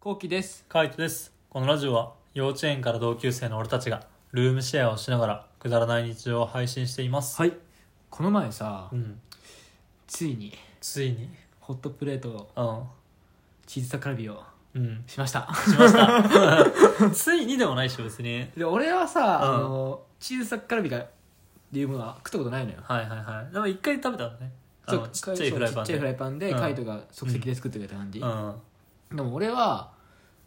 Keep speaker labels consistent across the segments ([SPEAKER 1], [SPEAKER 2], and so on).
[SPEAKER 1] こうきです。
[SPEAKER 2] カイトですこのラジオは幼稚園から同級生の俺たちがルームシェアをしながらくだらない日常を配信しています、
[SPEAKER 1] はい。この前さ、
[SPEAKER 2] うん
[SPEAKER 1] ついに
[SPEAKER 2] ついに
[SPEAKER 1] ホットプレート
[SPEAKER 2] うん
[SPEAKER 1] チーズタカルビを
[SPEAKER 2] うん
[SPEAKER 1] しま した。
[SPEAKER 2] しましたついにでもないし別に
[SPEAKER 1] で俺はさ、
[SPEAKER 2] うん
[SPEAKER 1] あのチーズタカルビがっていうものは食ったことないのよ。
[SPEAKER 2] はいはいはいでも一回食べたのねあ
[SPEAKER 1] そう
[SPEAKER 2] のちっちゃいフライ
[SPEAKER 1] そ
[SPEAKER 2] パン
[SPEAKER 1] うちっちゃいフライパンで、
[SPEAKER 2] うん
[SPEAKER 1] カイトが即席で作ってくれた感じ。
[SPEAKER 2] うん
[SPEAKER 1] でも俺は、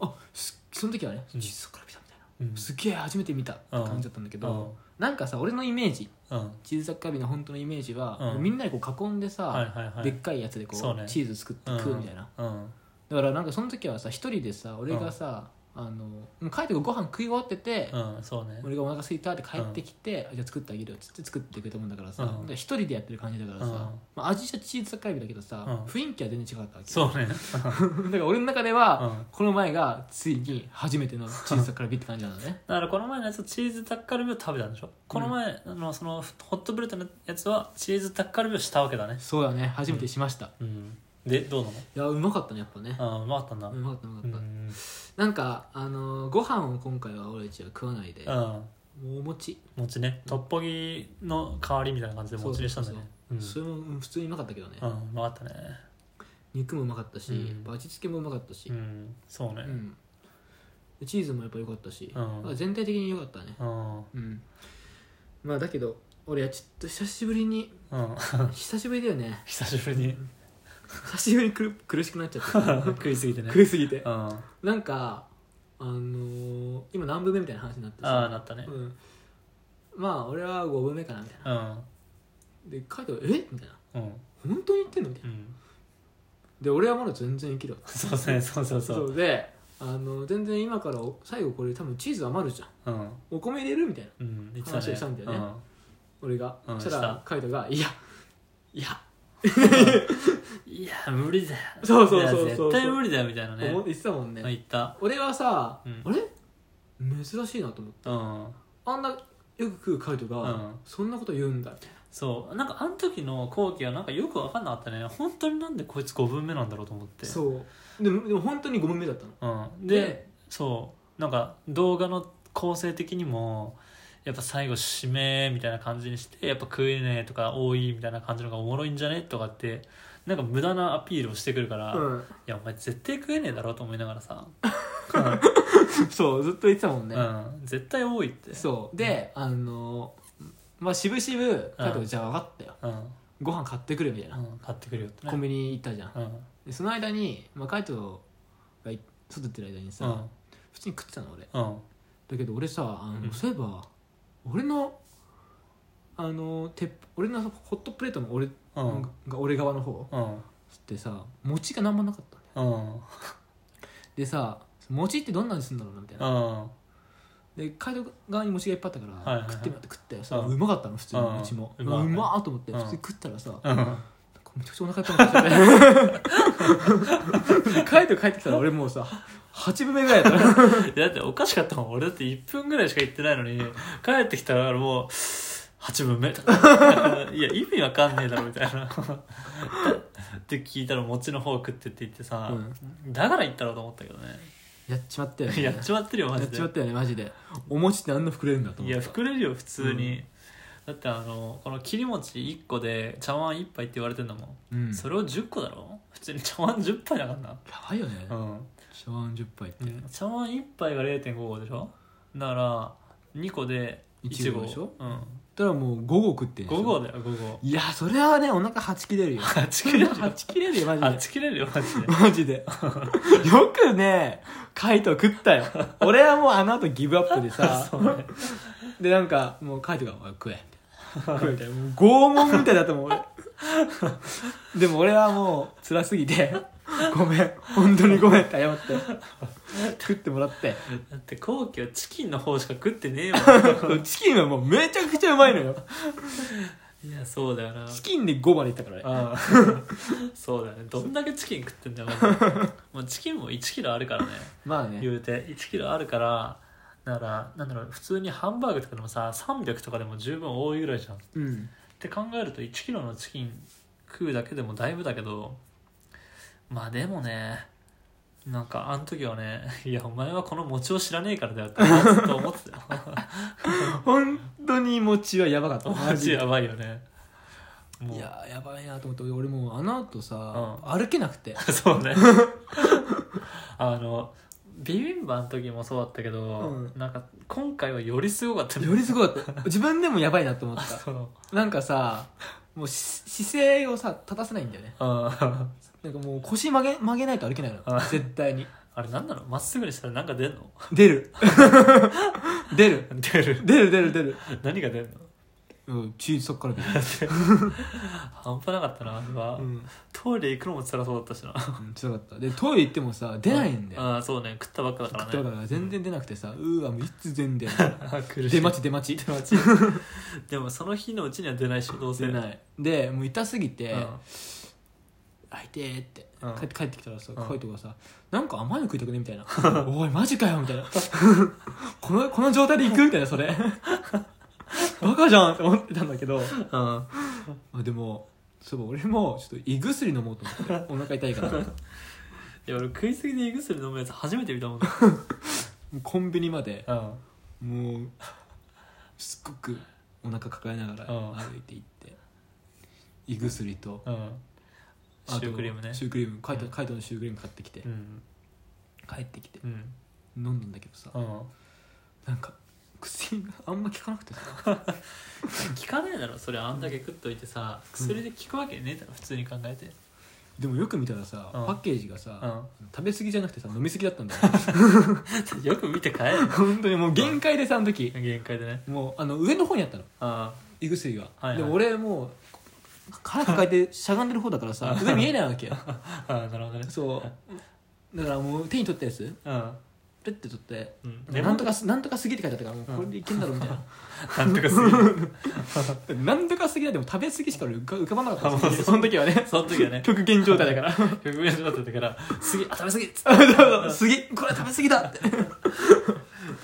[SPEAKER 1] あすその時はね、
[SPEAKER 2] うん
[SPEAKER 1] チーズタカルビだみたいな。
[SPEAKER 2] うん
[SPEAKER 1] すげえ初めて見たって感じだったんだけ
[SPEAKER 2] う
[SPEAKER 1] ど、
[SPEAKER 2] ん
[SPEAKER 1] なんかさ俺のイメージ
[SPEAKER 2] うん
[SPEAKER 1] チーズタカルビの本当のイメージは、
[SPEAKER 2] うん
[SPEAKER 1] みんなでこう囲んでさ、
[SPEAKER 2] はいはいはい
[SPEAKER 1] でっかいやつでこ
[SPEAKER 2] そう
[SPEAKER 1] う
[SPEAKER 2] ね
[SPEAKER 1] チーズ作って食うみたいな、
[SPEAKER 2] うん
[SPEAKER 1] だからなんかその時はさ一人でさ俺がさ、あのもう帰ってご飯食い終わってて、
[SPEAKER 2] うんそうね
[SPEAKER 1] 俺がお腹空いたって帰ってきて、じゃあ作ってあげるよっつって作ってくれたもんだからさ
[SPEAKER 2] うん
[SPEAKER 1] だから一、人でやってる感じだからさ、
[SPEAKER 2] うん
[SPEAKER 1] まあ、味はチーズサッカーだけどさ、
[SPEAKER 2] うん
[SPEAKER 1] 雰囲気は全然違かったわけ
[SPEAKER 2] そうね
[SPEAKER 1] だから俺の中では、
[SPEAKER 2] うん
[SPEAKER 1] この前がついに初めてのチーズサッカービって感じなのね
[SPEAKER 2] だからこの前のやつはチーズタッカルビを食べたんでしょこの前のそのホットプレートのやつはチーズタッカルビをしたわけだね
[SPEAKER 1] そうだね初めてしました、
[SPEAKER 2] うんでどうなの
[SPEAKER 1] いやうまかったねやっぱね
[SPEAKER 2] ああうまかったんだ
[SPEAKER 1] うまかったうま
[SPEAKER 2] う
[SPEAKER 1] かった、
[SPEAKER 2] ん
[SPEAKER 1] なんかあのーご飯を今回は俺たちは食わないで、
[SPEAKER 2] うん
[SPEAKER 1] お餅、
[SPEAKER 2] 餅ねトッポギの代わりみたいな感じで餅にしたんだよねうん
[SPEAKER 1] それもうん普通にうまかったけどね、
[SPEAKER 2] うんうまかったね
[SPEAKER 1] 肉もうまかったし、
[SPEAKER 2] うん
[SPEAKER 1] 味付けもうまかったし、
[SPEAKER 2] う
[SPEAKER 1] うん
[SPEAKER 2] んそうね
[SPEAKER 1] でチーズもやっぱ良かったし、
[SPEAKER 2] うん
[SPEAKER 1] だから全体的に良かったね
[SPEAKER 2] うんうん
[SPEAKER 1] うんまあだけど俺はちょっと久しぶりに久しぶりだよね
[SPEAKER 2] 久しぶりに
[SPEAKER 1] 久しぶりに苦苦しくなっちゃった
[SPEAKER 2] 食いすぎてね
[SPEAKER 1] 苦しすぎて
[SPEAKER 2] うんあ
[SPEAKER 1] なんかあのー今何分目みたいな話になってさ
[SPEAKER 2] あなったね
[SPEAKER 1] うん、まあ俺は5分目かなみたいな
[SPEAKER 2] うん
[SPEAKER 1] でカイトが「えみたいな
[SPEAKER 2] うん
[SPEAKER 1] 「本当に言ってんの?」みたいな
[SPEAKER 2] うん
[SPEAKER 1] で俺はまだ全然生きるわ
[SPEAKER 2] そうねそうそうそう
[SPEAKER 1] であの全然今からお最後これ多分チーズ余るじゃん
[SPEAKER 2] うん
[SPEAKER 1] お米入れるみたいな
[SPEAKER 2] うん言って
[SPEAKER 1] 話をしたんだよね
[SPEAKER 2] うん
[SPEAKER 1] 俺が、
[SPEAKER 2] うん
[SPEAKER 1] そした
[SPEAKER 2] し
[SPEAKER 1] ら
[SPEAKER 2] た
[SPEAKER 1] カイトが「いや
[SPEAKER 2] いやいや無理だよ
[SPEAKER 1] そうそうそうそう
[SPEAKER 2] いや絶対無理だよみたいな」ね
[SPEAKER 1] 思って言ってたもんね、
[SPEAKER 2] 言った
[SPEAKER 1] 俺はさ、
[SPEAKER 2] うん
[SPEAKER 1] あれ珍しいなと思って
[SPEAKER 2] うん
[SPEAKER 1] あんなよく食うカイトが、
[SPEAKER 2] うん
[SPEAKER 1] そんなこと言うんだみたいな
[SPEAKER 2] そうなんかあの時の後期はなんかよく分かんなかったね本当になんでこいつ5分目なんだろうと思って
[SPEAKER 1] そうでもでも本当に5分目だったの
[SPEAKER 2] うん、で
[SPEAKER 1] で
[SPEAKER 2] そうなんか動画の構成的にもやっぱ最後締めみたいな感じにしてやっぱ食えねえとか多いみたいな感じのがおもろいんじゃねとかってなんか無駄なアピールをしてくるから、い
[SPEAKER 1] うん、
[SPEAKER 2] やお前絶対食えねえだろうと思いながらさ、
[SPEAKER 1] そうずっと言ってたもん
[SPEAKER 2] う
[SPEAKER 1] ね、
[SPEAKER 2] ん、絶対多いって
[SPEAKER 1] そうで、あのまあしぶしぶカイトが「じゃあ分かったよ
[SPEAKER 2] うん、う
[SPEAKER 1] ご飯買ってくる」みたいな、
[SPEAKER 2] ん、買ってくるよってね
[SPEAKER 1] コンビニ行ったじゃん
[SPEAKER 2] うん
[SPEAKER 1] でその間に、まあ、カイトがい外出てる間にさ、
[SPEAKER 2] うん
[SPEAKER 1] 普通に食ってたの俺
[SPEAKER 2] うん
[SPEAKER 1] だけど俺さあの、
[SPEAKER 2] うん
[SPEAKER 1] そういえば俺のあの鉄俺のホットプレートの俺,、
[SPEAKER 2] うん
[SPEAKER 1] が俺側の方
[SPEAKER 2] うん
[SPEAKER 1] ってさ餅が何もなかったのよ
[SPEAKER 2] うん
[SPEAKER 1] でさ餅ってどんなにするんだろうなみたいな、
[SPEAKER 2] うん
[SPEAKER 1] でカイト側に餅がいっぱいあったから、
[SPEAKER 2] はいはいはい
[SPEAKER 1] 食ってみようって食ったよさ、
[SPEAKER 2] うん
[SPEAKER 1] うまかったの普通に
[SPEAKER 2] うん
[SPEAKER 1] 餅も、う
[SPEAKER 2] うまいね
[SPEAKER 1] まーと思って
[SPEAKER 2] うん
[SPEAKER 1] 普通に食ったらさ、
[SPEAKER 2] うん
[SPEAKER 1] めちゃくちゃお腹いっぱい になっちゃってカイト帰ってきたら俺もうさ8分目ぐらいだったの
[SPEAKER 2] だっておかしかったもん俺だって1分ぐらいしか行ってないのに帰ってきたらもう8分目 いや意味わかんねえだろみたいな って聞いたら餅の方食ってって言ってさ、だから行ったろうと思ったけどね
[SPEAKER 1] やっちまったよね
[SPEAKER 2] やっちまってるよマ
[SPEAKER 1] や
[SPEAKER 2] ジ
[SPEAKER 1] っ
[SPEAKER 2] で
[SPEAKER 1] ちまったよねマジでお餅ってあんな膨れるんだと
[SPEAKER 2] い
[SPEAKER 1] 思っ
[SPEAKER 2] や
[SPEAKER 1] て
[SPEAKER 2] 膨れるよ普通に、だってあのこの切り餅1個で茶碗1杯って言われてんだもん、
[SPEAKER 1] うん
[SPEAKER 2] それを10個だろ普通に茶碗10杯だからな
[SPEAKER 1] やばいよね
[SPEAKER 2] うん
[SPEAKER 1] 茶碗10杯って
[SPEAKER 2] 茶碗1杯が0.5合でしょだから2個で1
[SPEAKER 1] 1
[SPEAKER 2] 合
[SPEAKER 1] 合でしょ
[SPEAKER 2] うん
[SPEAKER 1] たらもう5合食ってんでしょ
[SPEAKER 2] 5合だよ5合
[SPEAKER 1] いやそれはねお腹はち切れ るよ
[SPEAKER 2] はち切れるよ
[SPEAKER 1] はち切れるよマ
[SPEAKER 2] あ
[SPEAKER 1] ジで
[SPEAKER 2] ち切れるよ マジで
[SPEAKER 1] マジでよくねカイト食ったよ俺はもうあの後ギブアップで さ
[SPEAKER 2] そうね
[SPEAKER 1] でなんかもうカイトが「おい食え」みたいな食えみたいなもう拷問みたいだったもん俺 でも俺はもう辛すぎ て「ごめん本当にごめん」って謝って食ってもらって
[SPEAKER 2] だって後期はチキンの方しか食ってねえ
[SPEAKER 1] チキンはもうめちゃくちゃうまいのよ
[SPEAKER 2] もんいやそうだよな
[SPEAKER 1] チキンで5までいったからね
[SPEAKER 2] あ あそうだよねどんだけチキン食ってんだよマジ でもうチキンも1キロあるからね
[SPEAKER 1] まあね
[SPEAKER 2] 言うて1キロあるからだからなんだろう普通にハンバーグとかでもさ300とかでも十分多いぐらいじゃん
[SPEAKER 1] うん
[SPEAKER 2] って考えると1キロのチキン食うだけでもだいぶだけどまあでもねなんかあの時はね 「いやお前はこの餅を知らねえからだよ」ってずっと思ってたよ
[SPEAKER 1] 本当に餅はやばかった マ
[SPEAKER 2] 餅
[SPEAKER 1] ジで
[SPEAKER 2] やばいよねも
[SPEAKER 1] いうやーやばいなと思って俺もうあの後さ、
[SPEAKER 2] う
[SPEAKER 1] 歩けなくて
[SPEAKER 2] そうね あのビビンバの時もそうだったけど、
[SPEAKER 1] うん
[SPEAKER 2] なんか今回はよりすごかったね
[SPEAKER 1] よりすごかった自分でもやばいなと思っ
[SPEAKER 2] そう
[SPEAKER 1] たなんかさもうし姿勢をさ立たせないんだよね
[SPEAKER 2] あ
[SPEAKER 1] なんかもう腰曲げ曲げないと歩けないの
[SPEAKER 2] あ
[SPEAKER 1] 絶対に
[SPEAKER 2] あれなんなのまっすぐにしたらなんか出んの
[SPEAKER 1] 出る 出る
[SPEAKER 2] 出る
[SPEAKER 1] 出る出る出る、
[SPEAKER 2] 何が出んの
[SPEAKER 1] うん、チーズサッカーラビ
[SPEAKER 2] 半端なかったなあれは、
[SPEAKER 1] うん
[SPEAKER 2] トイレ行くのも辛そうだったしな
[SPEAKER 1] うん辛かったでトイレ行ってもさ出ないんだよ
[SPEAKER 2] ああそうね食ったばっかだから
[SPEAKER 1] だ
[SPEAKER 2] ね
[SPEAKER 1] から全然出なくてさうーわもういつ全然出んの
[SPEAKER 2] あ 苦し い
[SPEAKER 1] 出待ち 出待ち
[SPEAKER 2] 出待ちでもその日のうちには出ないしどうせ
[SPEAKER 1] 出ないでもう痛すぎて
[SPEAKER 2] うん
[SPEAKER 1] 「あいてー」って
[SPEAKER 2] うん
[SPEAKER 1] 帰って帰ってきたらさ
[SPEAKER 2] ん
[SPEAKER 1] 声とかさ「なんか甘いの食いたくね」みた いな「おいマジかよ」みたいなこのこの状態で行くみたいなそれ バカじゃんって思ってたんだけど
[SPEAKER 2] うん
[SPEAKER 1] あでもそういえば俺もちょっと胃薬飲もうと思ってお腹痛いから
[SPEAKER 2] いや俺食いすぎで胃薬飲むやつ初めて見たもんね
[SPEAKER 1] コンビニまで
[SPEAKER 2] うん
[SPEAKER 1] もうすっごくお腹抱えながら
[SPEAKER 2] うん
[SPEAKER 1] 歩いていって胃薬と
[SPEAKER 2] うんシュークリームね
[SPEAKER 1] あとシュークリームカイト
[SPEAKER 2] うん
[SPEAKER 1] カイトのシュークリーム買ってきて
[SPEAKER 2] うん
[SPEAKER 1] 帰ってきて
[SPEAKER 2] うん
[SPEAKER 1] 飲んだんだけどさ
[SPEAKER 2] うん
[SPEAKER 1] なんか薬があんま効かなくてさ
[SPEAKER 2] 効かないだろそれあんだけ食っといてさ薬で効くわけねえだろ普通に考えて
[SPEAKER 1] でもよく見たらさパ
[SPEAKER 2] うん
[SPEAKER 1] ッケージが
[SPEAKER 2] う
[SPEAKER 1] さ
[SPEAKER 2] ん
[SPEAKER 1] 食べ過ぎじゃなくてさ飲み過ぎだったんだよ
[SPEAKER 2] よく見て帰る
[SPEAKER 1] 本当にもう限界でさあの時
[SPEAKER 2] 限界でね
[SPEAKER 1] もうあの上の方にあったの
[SPEAKER 2] あ
[SPEAKER 1] 胃薬が、
[SPEAKER 2] はいはい
[SPEAKER 1] でも俺もう腹抱えてしゃがんでる方だからさ上見えないわ けよ
[SPEAKER 2] ああなるほどね
[SPEAKER 1] そうだからもう手に取ったやつ
[SPEAKER 2] うん
[SPEAKER 1] ペッて取って
[SPEAKER 2] うん
[SPEAKER 1] なんとかすなんとかすぎって書いてあったからもうこれでいけんだろうみたいな、
[SPEAKER 2] なんとかす る
[SPEAKER 1] なんとかすぎだでも食べ過ぎしか俺浮か浮かばなかったんですよ
[SPEAKER 2] あもう
[SPEAKER 1] その時はね
[SPEAKER 2] その時はね
[SPEAKER 1] 極限状態だから
[SPEAKER 2] 極限状態だから「すぎあ食べ過ぎ」っつって
[SPEAKER 1] あ そうそうすぎこれ食べ過ぎだ って
[SPEAKER 2] だか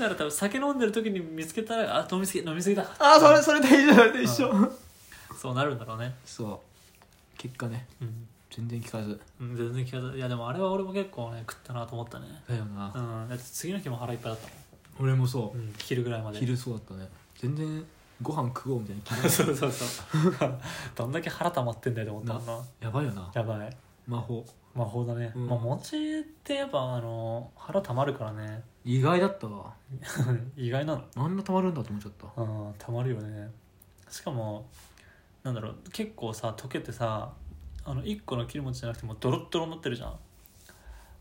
[SPEAKER 2] ら多分酒飲んでる時に見つけたら「あ飲みすぎ飲みすぎだ
[SPEAKER 1] ああそれそれと一緒それと一緒」
[SPEAKER 2] そうなるんだろうね
[SPEAKER 1] そう結果ね
[SPEAKER 2] うん
[SPEAKER 1] 全然効かず
[SPEAKER 2] うん全然聞かないいやでもあれは俺も結構ね食ったなと思ったね
[SPEAKER 1] だよな
[SPEAKER 2] うんだって次の日も腹いっぱいだった
[SPEAKER 1] 俺もそ
[SPEAKER 2] もん、うん、昼ぐらいま
[SPEAKER 1] う
[SPEAKER 2] で
[SPEAKER 1] 昼そうだったね全然ご飯食おうみたいな気分
[SPEAKER 2] そうそうそう どんだけ腹溜まってんだよと思ったもんな
[SPEAKER 1] やばいよな
[SPEAKER 2] やばい
[SPEAKER 1] 魔法
[SPEAKER 2] 魔法だね、
[SPEAKER 1] うん
[SPEAKER 2] まあ餅ってやっぱあの腹溜まるからね
[SPEAKER 1] 意外だったわ
[SPEAKER 2] 意外なの
[SPEAKER 1] あんなたまるんだと思っちゃった
[SPEAKER 2] うん溜まるよねしかもなんだろう結構さ溶けてさあの1個の切り餅じゃなくてもうドロッドロになってるじゃん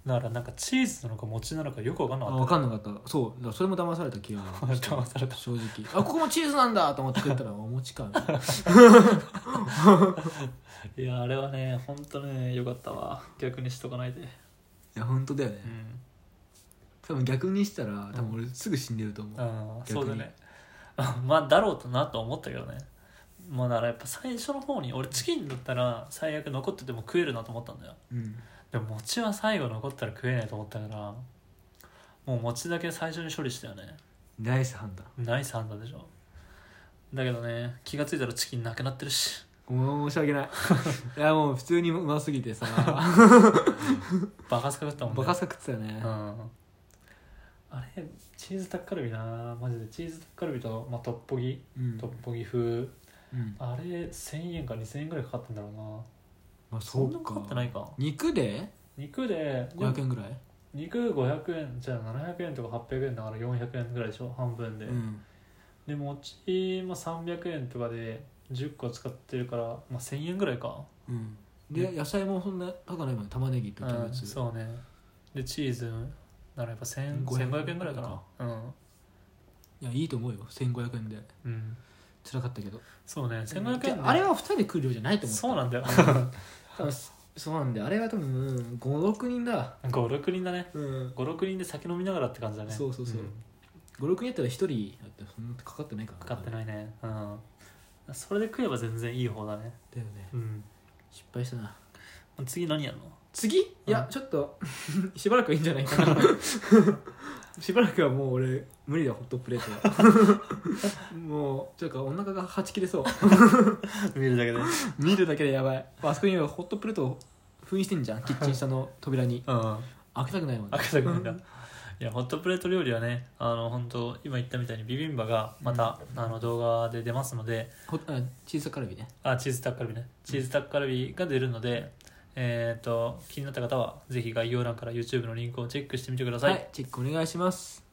[SPEAKER 2] だからなんかチーズなのか餅なのかよく分かんな
[SPEAKER 1] あ
[SPEAKER 2] か
[SPEAKER 1] 分
[SPEAKER 2] った
[SPEAKER 1] かんなかったそうだからそれも騙された気 が
[SPEAKER 2] 騙された
[SPEAKER 1] 正直あここもチーズなんだと思って食ったらお餅かみた いない
[SPEAKER 2] やあれはねほんとねよかったわ逆にしとかないで
[SPEAKER 1] や本当だよね
[SPEAKER 2] うん
[SPEAKER 1] 多分逆にしたら多分俺すぐ死んでると思う
[SPEAKER 2] あー
[SPEAKER 1] 逆
[SPEAKER 2] そ
[SPEAKER 1] に
[SPEAKER 2] うだね まあだろうとなと思ったけどねまあだからやっぱ最初の方に俺チキンだったら最悪残ってても食えるなと思ったんだよ
[SPEAKER 1] うん
[SPEAKER 2] でも餅は最後残ったら食えないと思ったからもう餅だけ最初に処理したよね
[SPEAKER 1] ナイス判断
[SPEAKER 2] ナイス判断でしょだけどね気がついたらチキンなくなってるし
[SPEAKER 1] もう申し 訳ないいやもう普通にうますぎて さ
[SPEAKER 2] バカすかかったもんね
[SPEAKER 1] バカさ食ってたよ
[SPEAKER 2] う
[SPEAKER 1] ね
[SPEAKER 2] んあれチーズタッカルビなマジでチーズタッカルビと、まあ、トッポギ
[SPEAKER 1] うん
[SPEAKER 2] トッポギ風
[SPEAKER 1] うん
[SPEAKER 2] あれ1000円か2000円ぐらいかかったんだろうな
[SPEAKER 1] まあ
[SPEAKER 2] そ
[SPEAKER 1] そ
[SPEAKER 2] んな
[SPEAKER 1] う
[SPEAKER 2] かかってな
[SPEAKER 1] か
[SPEAKER 2] いか
[SPEAKER 1] 肉で
[SPEAKER 2] 肉で
[SPEAKER 1] 500円ぐらい
[SPEAKER 2] 肉500円じゃあ700円とか800円だから400円ぐらいでしょ半分で、
[SPEAKER 1] うん
[SPEAKER 2] で餅も300円とかで10個使ってるから、まあ、1000円ぐらいか
[SPEAKER 1] うんで
[SPEAKER 2] ね
[SPEAKER 1] 野菜もそんな高くないもんね玉ねぎとキャ
[SPEAKER 2] う
[SPEAKER 1] ベ
[SPEAKER 2] ん
[SPEAKER 1] ツ
[SPEAKER 2] そうねでチーズならやっぱ1000
[SPEAKER 1] 500
[SPEAKER 2] 1500円ぐらいかなうん、
[SPEAKER 1] いやいいと思うよ1500円で
[SPEAKER 2] うん、
[SPEAKER 1] 辛かったけど
[SPEAKER 2] そうね1500円で
[SPEAKER 1] あれは2人で食う量じゃないと思
[SPEAKER 2] そうなん だよ
[SPEAKER 1] 多分そうなんであれは多分56人だ
[SPEAKER 2] 56人だね
[SPEAKER 1] うん
[SPEAKER 2] 56人で酒飲みながらって感じだね
[SPEAKER 1] そうそうそうん56人やったら1人だってそんなかかってないから
[SPEAKER 2] かかって
[SPEAKER 1] い
[SPEAKER 2] ないねうんそれで食えば全然いい方だね
[SPEAKER 1] だよね
[SPEAKER 2] うん
[SPEAKER 1] 失敗したな
[SPEAKER 2] 次何やるの
[SPEAKER 1] 次いや、
[SPEAKER 2] うん
[SPEAKER 1] ちょっと しばらくはいいんじゃないか なしばらくはもう俺無理だホットプレート はもうちょっとお腹がはち切れそう
[SPEAKER 2] 見るだ けで
[SPEAKER 1] 見るだけでやばいあそこにはホットプレートを封印してんじゃんキッチン下の扉に
[SPEAKER 2] うん
[SPEAKER 1] 開けたくないもんね
[SPEAKER 2] 開けたくないんだいやホットプレート料理はねあの本当今言ったみたいにビビンバがまた、あの動画で出ますので
[SPEAKER 1] ほあチーズカルビね
[SPEAKER 2] あチーズタッカルビねチーズタッカルビが出るのでえっ、と気になった方はぜひ概要欄から YouTube のリンクをチェックしてみてくださ、
[SPEAKER 1] はいいチェックお願いします